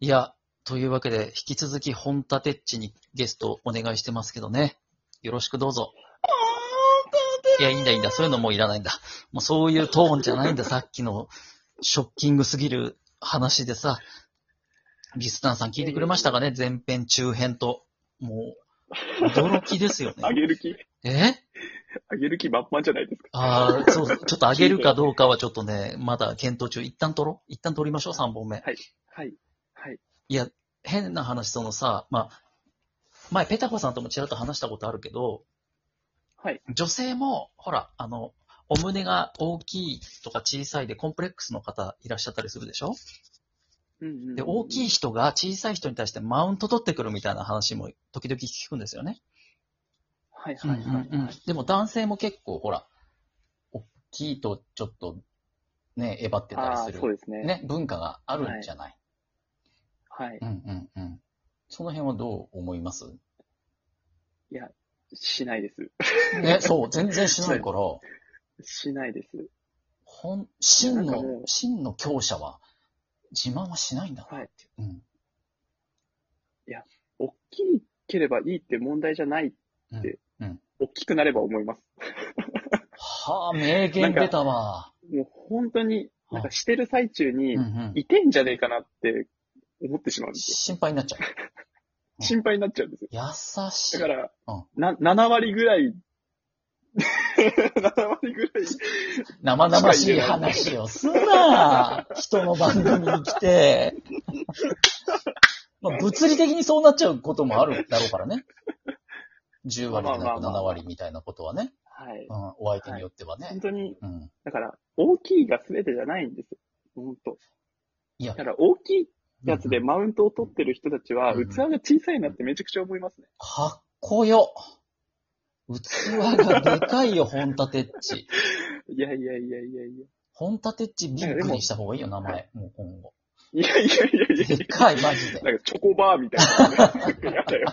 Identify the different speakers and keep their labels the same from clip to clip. Speaker 1: いや、というわけで、引き続き本立てっちにゲストお願いしてますけどね。よろしくどうぞ。いや、いいんだいいんだ。そういうのもういらないんだ。もうそういうトーンじゃないん だ。さっきのショッキングすぎる話でさ。リスナーさん聞いてくれましたかね前編、中編と。もう、驚きですよ
Speaker 2: あ
Speaker 1: ね。
Speaker 2: げる気
Speaker 1: え
Speaker 2: あげる気満々じゃないですか。
Speaker 1: ああ、そうそう。ちょっと上げるかどうかはちょっとね、まだ検討中。一旦取ろう。一旦取りましょう、3本目。
Speaker 2: はい。はい。
Speaker 1: いや、変な話、そのさ、まあ、前、ペタコさんともちらっと話したことあるけど、
Speaker 2: はい。
Speaker 1: 女性も、ほら、あの、お胸が大きいとか小さいでコンプレックスの方いらっしゃったりするでしょ
Speaker 2: うんうんうん
Speaker 1: で、大きい
Speaker 2: い。
Speaker 1: 人が小さい人に対してマウント取ってくるみたいな話も時々聞くんですよね。
Speaker 2: はいはいはいはい。
Speaker 1: うんうんうんでも男性も結構、ほら、大きいとちょっと、ね、えばってたり
Speaker 2: ああ
Speaker 1: す
Speaker 2: ー、そう
Speaker 1: る、
Speaker 2: ですね。
Speaker 1: ね、文化があるんじゃない、
Speaker 2: はい。
Speaker 1: うんうんうん。その辺はどう思います
Speaker 2: いや、しないです。
Speaker 1: ね、そう、全然し ないから、
Speaker 2: しないです。
Speaker 1: ほん、真
Speaker 2: なんかも
Speaker 1: の
Speaker 2: う、
Speaker 1: 真の強者は、自慢はしないんだな。
Speaker 2: はい。
Speaker 1: うん。
Speaker 2: 大きければいいって問題じゃないって、
Speaker 1: うんうん
Speaker 2: 大きくなれば思います。
Speaker 1: はあ、名言出たわ。
Speaker 2: もう本当に、な
Speaker 1: は
Speaker 2: ん
Speaker 1: い
Speaker 2: かしてる最中に
Speaker 1: うん、うん。
Speaker 2: いてんじゃねえかなって思ってしまうんですよ。
Speaker 1: 心配になっちゃう。うん
Speaker 2: 心配になっちゃうんですよ。
Speaker 1: 優しい。
Speaker 2: だから
Speaker 1: うん、
Speaker 2: な、7割ぐらい、7割ぐらい
Speaker 1: 生々しい話をす な人の番組に来て。 まあ、物理的にそうなっちゃうこともあるだろうからね。10割じゃな
Speaker 2: まあまあ
Speaker 1: く
Speaker 2: まあ
Speaker 1: 7割みたいなことはね。
Speaker 2: はい。
Speaker 1: うん、お相手によってはね
Speaker 2: 本。当に、
Speaker 1: うん。
Speaker 2: だから、大きいが全てじゃないんですよ。本当。
Speaker 1: いや
Speaker 2: だから、大きいやつでマウントを取ってる人たちは、
Speaker 1: うん
Speaker 2: 器が小さいなってめちゃくちゃ思いますね。
Speaker 1: かっこよ。器がでかいよ、 本立てっち。
Speaker 2: いやいやいやいやい
Speaker 1: 本立てっちビッグにした方がいいよ、名前。もう今 後。
Speaker 2: や。いやいやいやいや
Speaker 1: でかい、マジで。
Speaker 2: なんかチョコバーみたいな。やだよ。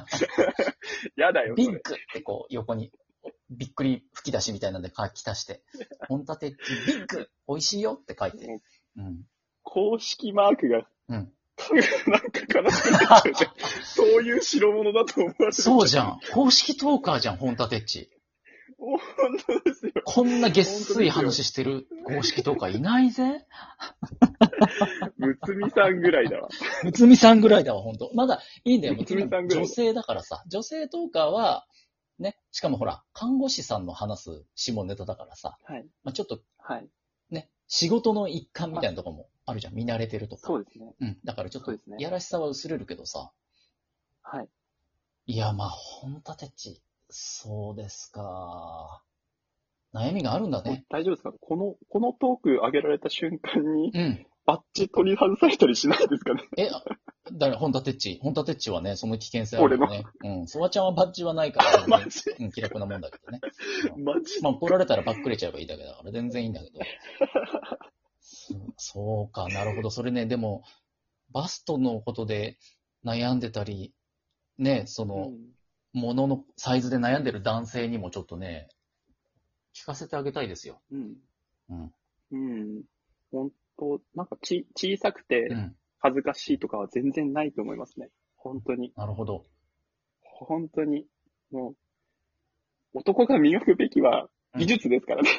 Speaker 2: やだよ、
Speaker 1: ビッ
Speaker 2: そ
Speaker 1: グっ
Speaker 2: れ。
Speaker 1: てこう、横に、びっくり吹き出しみたいなんで書き足して、本立てっちビッグ、美味しいよって書いて。うん。
Speaker 2: 公式マークが、
Speaker 1: うん。
Speaker 2: なんか悲しくなっち ゃうじゃん。そういう代物だと思われる。
Speaker 1: そうじゃん。公式トーカーじゃん、本立てっち。
Speaker 2: 本当ですよ。
Speaker 1: こんなげっすい話してる公式トーカーいないぜ。
Speaker 2: むつみさんぐらいだわ。
Speaker 1: むつみさんぐらいだわ、本当まだいいんだよ、む
Speaker 2: む
Speaker 1: つ
Speaker 2: つ
Speaker 1: みさ
Speaker 2: み
Speaker 1: ん
Speaker 2: さんぐらい
Speaker 1: 女性だからさ、女性トーカーは、ね、しかもほら、看護師さんの話す下ネタだからさ、
Speaker 2: はい。
Speaker 1: まあ、ちょっと
Speaker 2: はい。
Speaker 1: ね、仕事の一環みたいなとこもあるじゃん。見慣れてるとか。
Speaker 2: そうですね。
Speaker 1: うん。だからちょっ
Speaker 2: そ
Speaker 1: と
Speaker 2: うですね、
Speaker 1: やらしさは薄れるけどさ。
Speaker 2: はい。
Speaker 1: いや、まあ、本立てっち。そうですか。悩みがあるんだね。
Speaker 2: 大丈夫ですかこの、このトーク上げられた瞬間に、
Speaker 1: うん。
Speaker 2: バッチ取り外されたりしないですかね
Speaker 1: え、あ誰、本立てっち。本立てっちはね、その危険性あるよね。うん。ソワちゃんはバッジはない から、
Speaker 2: マジ
Speaker 1: うん、気楽なもんだけどね。
Speaker 2: マジ
Speaker 1: まあ、怒られたらばっくれちゃえばいいだけだから、全然いいんだけど。そう そうか、なるほど。それね、でも、バストのことで悩んでたり、ね、その、もののサイズで悩んでる男性にもちょっとね、聞かせてあげたいですよ。
Speaker 2: うん。
Speaker 1: うん。
Speaker 2: うん。本当なんかち、小さくて
Speaker 1: うん。
Speaker 2: 恥ずかしいとかは全然ないと思いますね。本当に。
Speaker 1: なるほど。
Speaker 2: 本当に。もう、男が磨くべきは
Speaker 1: うん
Speaker 2: 技術ですからね。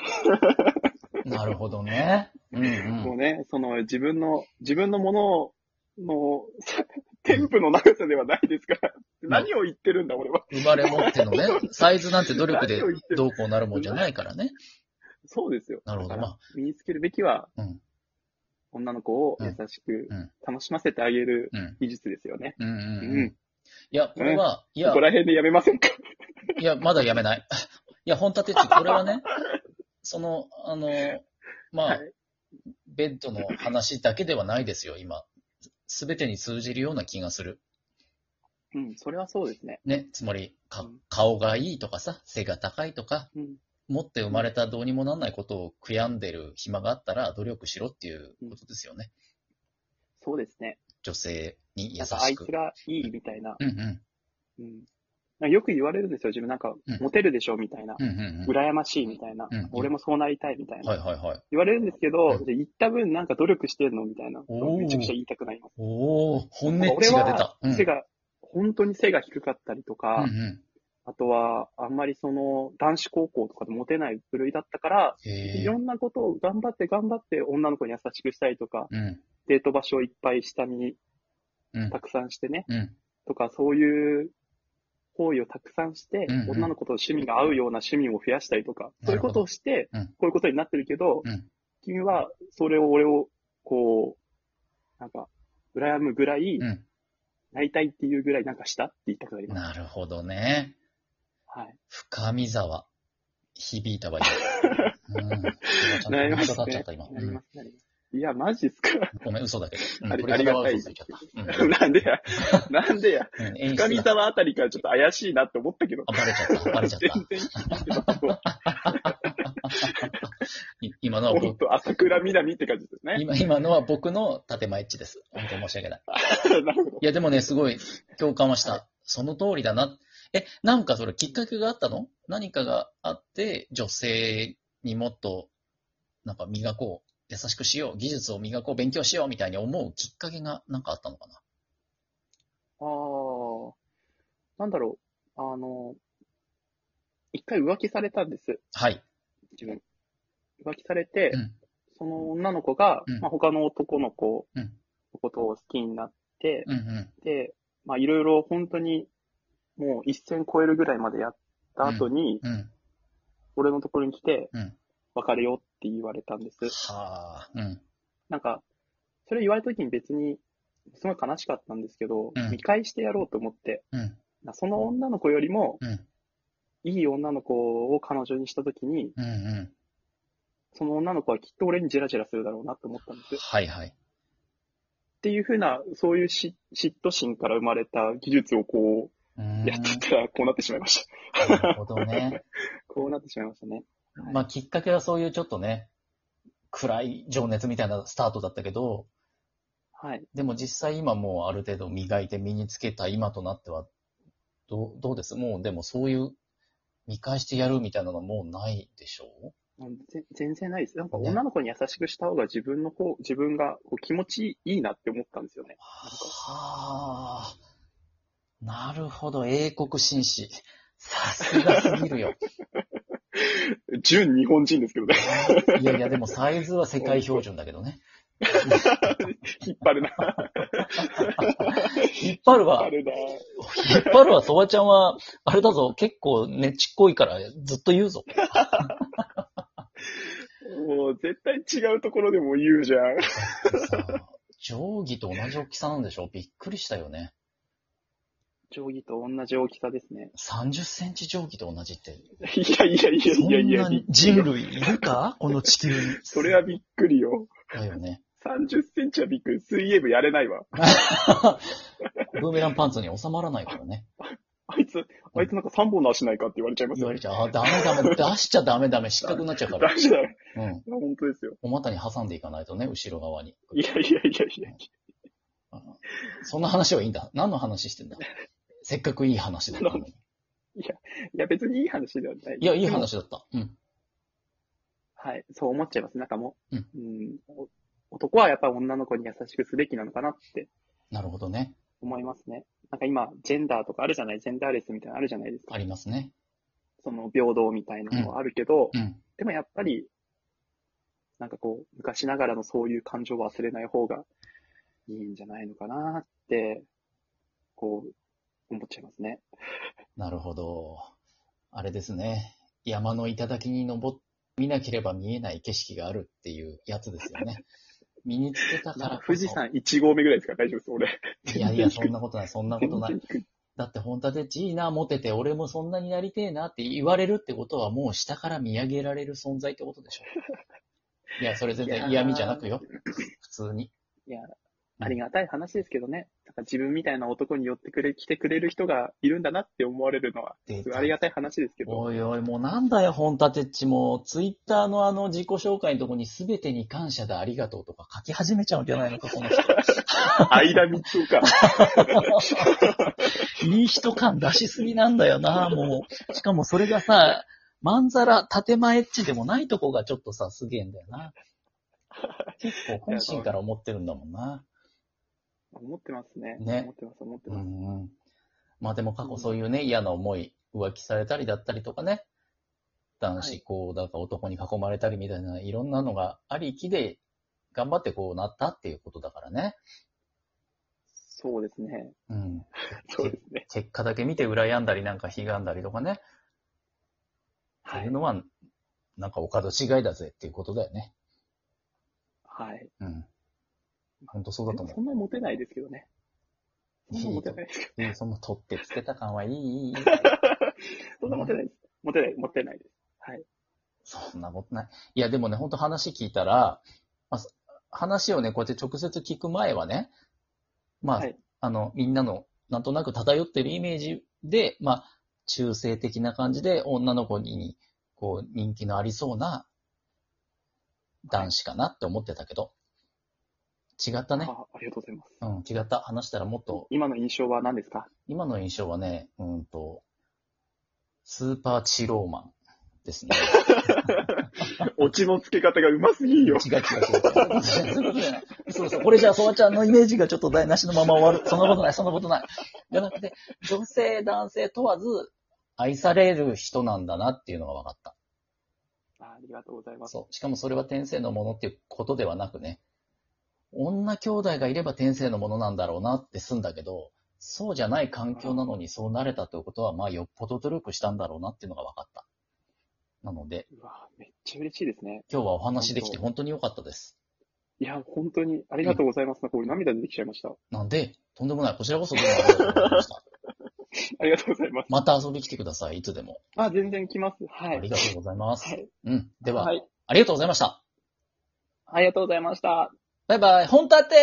Speaker 1: なるほど ね。うんうん。
Speaker 2: もうね、その自分の、自分のものを、の、 テンプの長さではないですから。
Speaker 1: ん
Speaker 2: 何を言ってるんだ、俺は。
Speaker 1: 生まれ持ってのね、 サイズなんて努力で
Speaker 2: 何を言ってる
Speaker 1: どうこうなるもんじゃないからね。
Speaker 2: そうですよ。
Speaker 1: なるほど。
Speaker 2: だから
Speaker 1: まあ、
Speaker 2: 身につけるべきは、
Speaker 1: うん
Speaker 2: 女の子を優しく
Speaker 1: うん
Speaker 2: 楽しませてあげる
Speaker 1: うん。
Speaker 2: 技術ですよね。
Speaker 1: うんうん
Speaker 2: う
Speaker 1: うん
Speaker 2: ん。
Speaker 1: いや、これは、いや
Speaker 2: ここ、ら辺でやめませんか
Speaker 1: いや、まだやめない。いや、本立て地、これは ね、その、あの、ま
Speaker 2: は
Speaker 1: あ
Speaker 2: い、
Speaker 1: ベッドの話だけではないですよ、今。すべてに通じるような気がする。
Speaker 2: うん、それはそうですね。
Speaker 1: ね、つまり、か
Speaker 2: うん
Speaker 1: 顔がいいとかさ、背が高いとか、
Speaker 2: うん、
Speaker 1: 持って生まれたどうにもなんないことを悔やんでる暇があったら努力しろっていうことですよね。
Speaker 2: そうですね。
Speaker 1: 女性に優
Speaker 2: なんかあ
Speaker 1: し
Speaker 2: い
Speaker 1: く
Speaker 2: つ。がいいみたいな、
Speaker 1: うんうん。
Speaker 2: うん、なんかよく言われるんですよ、自分なんか
Speaker 1: うん、
Speaker 2: モテるでしょ、みたいな。
Speaker 1: うんうんうん。
Speaker 2: 羨ましいみたいな
Speaker 1: うん。
Speaker 2: 俺もそうなりたいみたいな。
Speaker 1: はいはいはい。
Speaker 2: 言われるんですけど
Speaker 1: う、ん
Speaker 2: で言った分なんか努力してんのみたいな。
Speaker 1: おー
Speaker 2: めちゃくちゃ言いたくなります。
Speaker 1: おお本音っちが出た。うん。
Speaker 2: 背が、本当に背が低かったりと
Speaker 1: うん
Speaker 2: か、
Speaker 1: うん。
Speaker 2: あとは、あんまりその、男子高校とかでモテない部類だったから、
Speaker 1: へ
Speaker 2: い
Speaker 1: え
Speaker 2: ろ。んなことを頑張って頑張って女の子に優しくしたりとか、
Speaker 1: うん。
Speaker 2: デート場所をいっぱい下に
Speaker 1: うん
Speaker 2: たくさんしてね、
Speaker 1: うん。
Speaker 2: とか、そういう行為をたくさんし
Speaker 1: う
Speaker 2: て、
Speaker 1: んうん
Speaker 2: 女の子と趣味が合うような趣味を増やしたりとか、そういうことをして、
Speaker 1: なるほどうん
Speaker 2: こういうことになってるけど、
Speaker 1: うん
Speaker 2: 君は、それを俺を、こう、なんか、羨むぐらい、
Speaker 1: うん。
Speaker 2: なりたいっていうぐらいなんかしたって言いたくなります。
Speaker 1: なるほどね。
Speaker 2: はい。
Speaker 1: 深見沢。響いたわ、 今。うん。
Speaker 2: なり
Speaker 1: ち
Speaker 2: ま
Speaker 1: ょ
Speaker 2: す
Speaker 1: っと立っちゃ
Speaker 2: ね
Speaker 1: った、今。。
Speaker 2: なり
Speaker 1: うん
Speaker 2: ます、なります。いや、マジっすか。
Speaker 1: ごめん、嘘だけど。うん
Speaker 2: あり
Speaker 1: これからは
Speaker 2: あり
Speaker 1: 嘘
Speaker 2: が
Speaker 1: ついちゃった。うん
Speaker 2: なんで や、なんでや。
Speaker 1: うん演
Speaker 2: 深
Speaker 1: 出
Speaker 2: 見
Speaker 1: だ
Speaker 2: 沢あたりからちょっと怪しいなって思ったけど。
Speaker 1: あ、バレちゃった、バレちゃっ
Speaker 2: 全
Speaker 1: た。
Speaker 2: 然聞いてたと。
Speaker 1: い今 のは
Speaker 2: 本
Speaker 1: 僕、
Speaker 2: 当、朝倉みなみって感じですね。
Speaker 1: 今今のは僕の建前っちです。本当申し訳ない。
Speaker 2: なるほど。
Speaker 1: いや、でもね、すごい共感はした。その通りだな。え、なんかそれきっかけがあったの何かがあって、女性にもっと、なんか磨こう、優しくしよう、技術を磨こう、勉強しようみたいに思うきっかけがなんかあったのかな
Speaker 2: ああ、なんだろう。あの、一回浮気されたんです、
Speaker 1: はい。
Speaker 2: 自分。浮気されて、
Speaker 1: うん
Speaker 2: その女の子が、
Speaker 1: うん
Speaker 2: まあ、他の男の子
Speaker 1: うん
Speaker 2: のことを好きになって、
Speaker 1: うんうん。
Speaker 2: で、まあ、いろいろ本当に、もう一線超えるぐらいまでやった後に、
Speaker 1: うん。
Speaker 2: 俺のところに来て、
Speaker 1: うん
Speaker 2: 別れようって言われたんです。
Speaker 1: はあ。うん。
Speaker 2: なんか、それ言われた時に別に、すごい悲しかったんですけど、
Speaker 1: うん
Speaker 2: 見返してやろうと思って、
Speaker 1: うん。
Speaker 2: なその女の子よりも、
Speaker 1: うん。
Speaker 2: いい女の子を彼女にした時に、
Speaker 1: うんうん。
Speaker 2: その女の子はきっと俺にジラジラするだろうなと思ったんです。っ
Speaker 1: はいはい。
Speaker 2: ていうふうな、そういうし嫉妬心から生まれた技術をこ
Speaker 1: うーん
Speaker 2: う、やってたら、こうなってしまいました。
Speaker 1: なるほど ね。
Speaker 2: こうなってしまいましたね。はい
Speaker 1: まあ、きっかけはそういうちょっとね、暗い情熱みたいなスタートだったけど、
Speaker 2: はい。
Speaker 1: でも実際今もうある程度磨いて身につけた今となっては、どう、どうですもうでもそういう見返してやるみたいなのはもうないでしょう
Speaker 2: ぜ全然ないです。なんか女の子に優しくした方が自分の方、自分がこう気持ちいいなって思ったんですよね。
Speaker 1: はあ。なるほど、英国紳士。さすがすぎるよ。
Speaker 2: 純日本人ですけどね。
Speaker 1: いやいや、でもサイズは世界標準だけどね。
Speaker 2: 引っ張るな。
Speaker 1: 引っ張る
Speaker 2: あ
Speaker 1: わ。
Speaker 2: るな。
Speaker 1: 引っ張るわ、ソワちゃんは、あれだぞ、結構ねちっこいからずっと言うぞ。
Speaker 2: もう絶対違うところでも言うじゃん。
Speaker 1: さ定規と同じ大きさなんでしょびっくりしたよね。
Speaker 2: 定規と同じ大きさですね。
Speaker 1: 30センチ定規と同じって。
Speaker 2: いやいやいや
Speaker 1: そ
Speaker 2: いや
Speaker 1: ん
Speaker 2: いや
Speaker 1: な人類いる かこの地球に。
Speaker 2: それはびっくりよ。
Speaker 1: だよね。
Speaker 2: 30センチはびっくり。水泳部やれないわ。
Speaker 1: ブーメランパンツに収まらないから ね。
Speaker 2: あいつ、あいつなんか3本の足ないかって言われちゃいます
Speaker 1: 言
Speaker 2: よ
Speaker 1: わ。れちゃう。あ、ダメダメ。出しちゃダメダメ。失格になっちゃう から。
Speaker 2: 大事だよ。
Speaker 1: うん。
Speaker 2: 本当ですよ。
Speaker 1: お股に挟んでいかないとね、後ろ側に。
Speaker 2: いやいやいやいや。
Speaker 1: あのそんな話はいいんだ。何の話してんだ せっかくいい話だったのに。
Speaker 2: いや別にいい話ではない。
Speaker 1: いや、いい。話だった。うん。
Speaker 2: はい。そう思っちゃいます。なんかもう、
Speaker 1: うん
Speaker 2: うんお男はやっぱり女の子に優しくすべきなのかなって
Speaker 1: なるほどね。
Speaker 2: 思いますね。なんか今、ジェンダーとかあるじゃない、ジェンダーレスみたいなのあるじゃないですか。
Speaker 1: ありますね。
Speaker 2: その平等みたいなのはあるけど、
Speaker 1: うん。
Speaker 2: でもやっぱり、なんかこう、昔ながらのそういう感情を忘れない方がいいんじゃないのかなって、こう、思っちゃいますね。
Speaker 1: なるほど。あれですね。山の頂に登っ見なければ見えない景色があるっていうやつですよ ね。身につけたからこそ。
Speaker 2: 富士山1合目ぐらいですか大丈夫です、俺。
Speaker 1: いやいや、そんなことない、そんなこと ない
Speaker 2: 全。然
Speaker 1: だって本当はでっちいいな、モテて、俺もそんなになりてえなって言われるってことは、もう下から見上げられる存在ってことでしょ。いや、それ全
Speaker 2: いや
Speaker 1: 然
Speaker 2: ー
Speaker 1: 嫌味じゃなくよ。普通に。
Speaker 2: ありがたい話ですけどね。なんか自分みたいな男に寄ってくれ、来てくれる人がいるんだなって思われるのは、
Speaker 1: です
Speaker 2: ごいありがたい話ですけど。
Speaker 1: おいおい、もうなんだよ、本立てっちも。ツイッターのあの自己紹介のとこに全てに感謝だ、ありがとうとか書き始めちゃうんじゃないのか、この人。
Speaker 2: 間三つか。
Speaker 1: いい人感出しすぎなんだよな、もう。しかもそれがさ、まんざら建前っちでもないとこがちょっとさ、すげえんだよな。結構本心から思ってるんだもんな。
Speaker 2: 思ってますね。
Speaker 1: ね
Speaker 2: 思ってます、思って
Speaker 1: う
Speaker 2: ます。
Speaker 1: んうん。まあでも過去そういうね、嫌な思い、浮気されたりだったりとかね、男
Speaker 2: は
Speaker 1: 子
Speaker 2: い
Speaker 1: こう、だから男に囲まれたりみたいな、いろんなのがありきで、頑張ってこうなったっていうことだからね。
Speaker 2: そうですね。
Speaker 1: うん。
Speaker 2: そうですね。
Speaker 1: 結果だけ見て羨んだりなんか悲願だりとかね、
Speaker 2: は
Speaker 1: ってい。
Speaker 2: いう
Speaker 1: のは、なんかお門違いだぜっていうことだよね。
Speaker 2: はい。
Speaker 1: うん。ほんとそうだと
Speaker 2: そ
Speaker 1: 思
Speaker 2: んなモテないですけどね。そんなモテないですけど。
Speaker 1: う。いいそんな取ってつけた感はいいいい。いい
Speaker 2: そんなモテないです。モテない、モテないです。はい。
Speaker 1: そんなことない。いや、でもね、ほんと話聞いたら、まあ、話をね、こうやって直接聞く前はね、まあ、
Speaker 2: はい
Speaker 1: あの、みんなの、なんとなく漂ってるイメージで、まあ、中性的な感じで女の子に、こう、人気のありそうな男子かなって思ってたけど、違ったね。
Speaker 2: あありがとうございます。
Speaker 1: うん、違った。話したらもっと、
Speaker 2: 今の印象は何ですか
Speaker 1: 今の印象はね、うんと、スーパーチローマンです ね。
Speaker 2: オチの付け方がうますぎ
Speaker 1: 違う違う違う違う。そういうことじゃない。そうそう。これじゃあ、ソワちゃんのイメージがちょっと台無しのまま終わる。そんなことない、そんなことない。じゃなくて、女性、男性問わず、愛される人なんだなっていうのが分かっ
Speaker 2: あありがとうござい
Speaker 1: た。
Speaker 2: ます。
Speaker 1: そう。しかもそれは天性のものっていうことではなくね、女兄弟がいれば天性のものなんだろうなって済んだけど、そうじゃない環境なのにそうなれたということは、まあ、よっぽど努力したんだろうなっていうのが分かった。なので、
Speaker 2: うわめっちゃ嬉しいですね。
Speaker 1: 今日はお話できて本当に良かったです。
Speaker 2: いや、本当にありがとうございます。なんか俺涙出てきちゃいました。
Speaker 1: なんで、とんでもない。こちらこそどうもありがとうございま した。
Speaker 2: ありがとうございます。
Speaker 1: また遊び来てください。いつでも。
Speaker 2: あ、全然来ます。は
Speaker 1: あ
Speaker 2: い。
Speaker 1: りがとうございます。
Speaker 2: はい
Speaker 1: うん。では、
Speaker 2: はい。
Speaker 1: ありがとうございました。
Speaker 2: ありがとうございました。
Speaker 1: バイバイ。本立て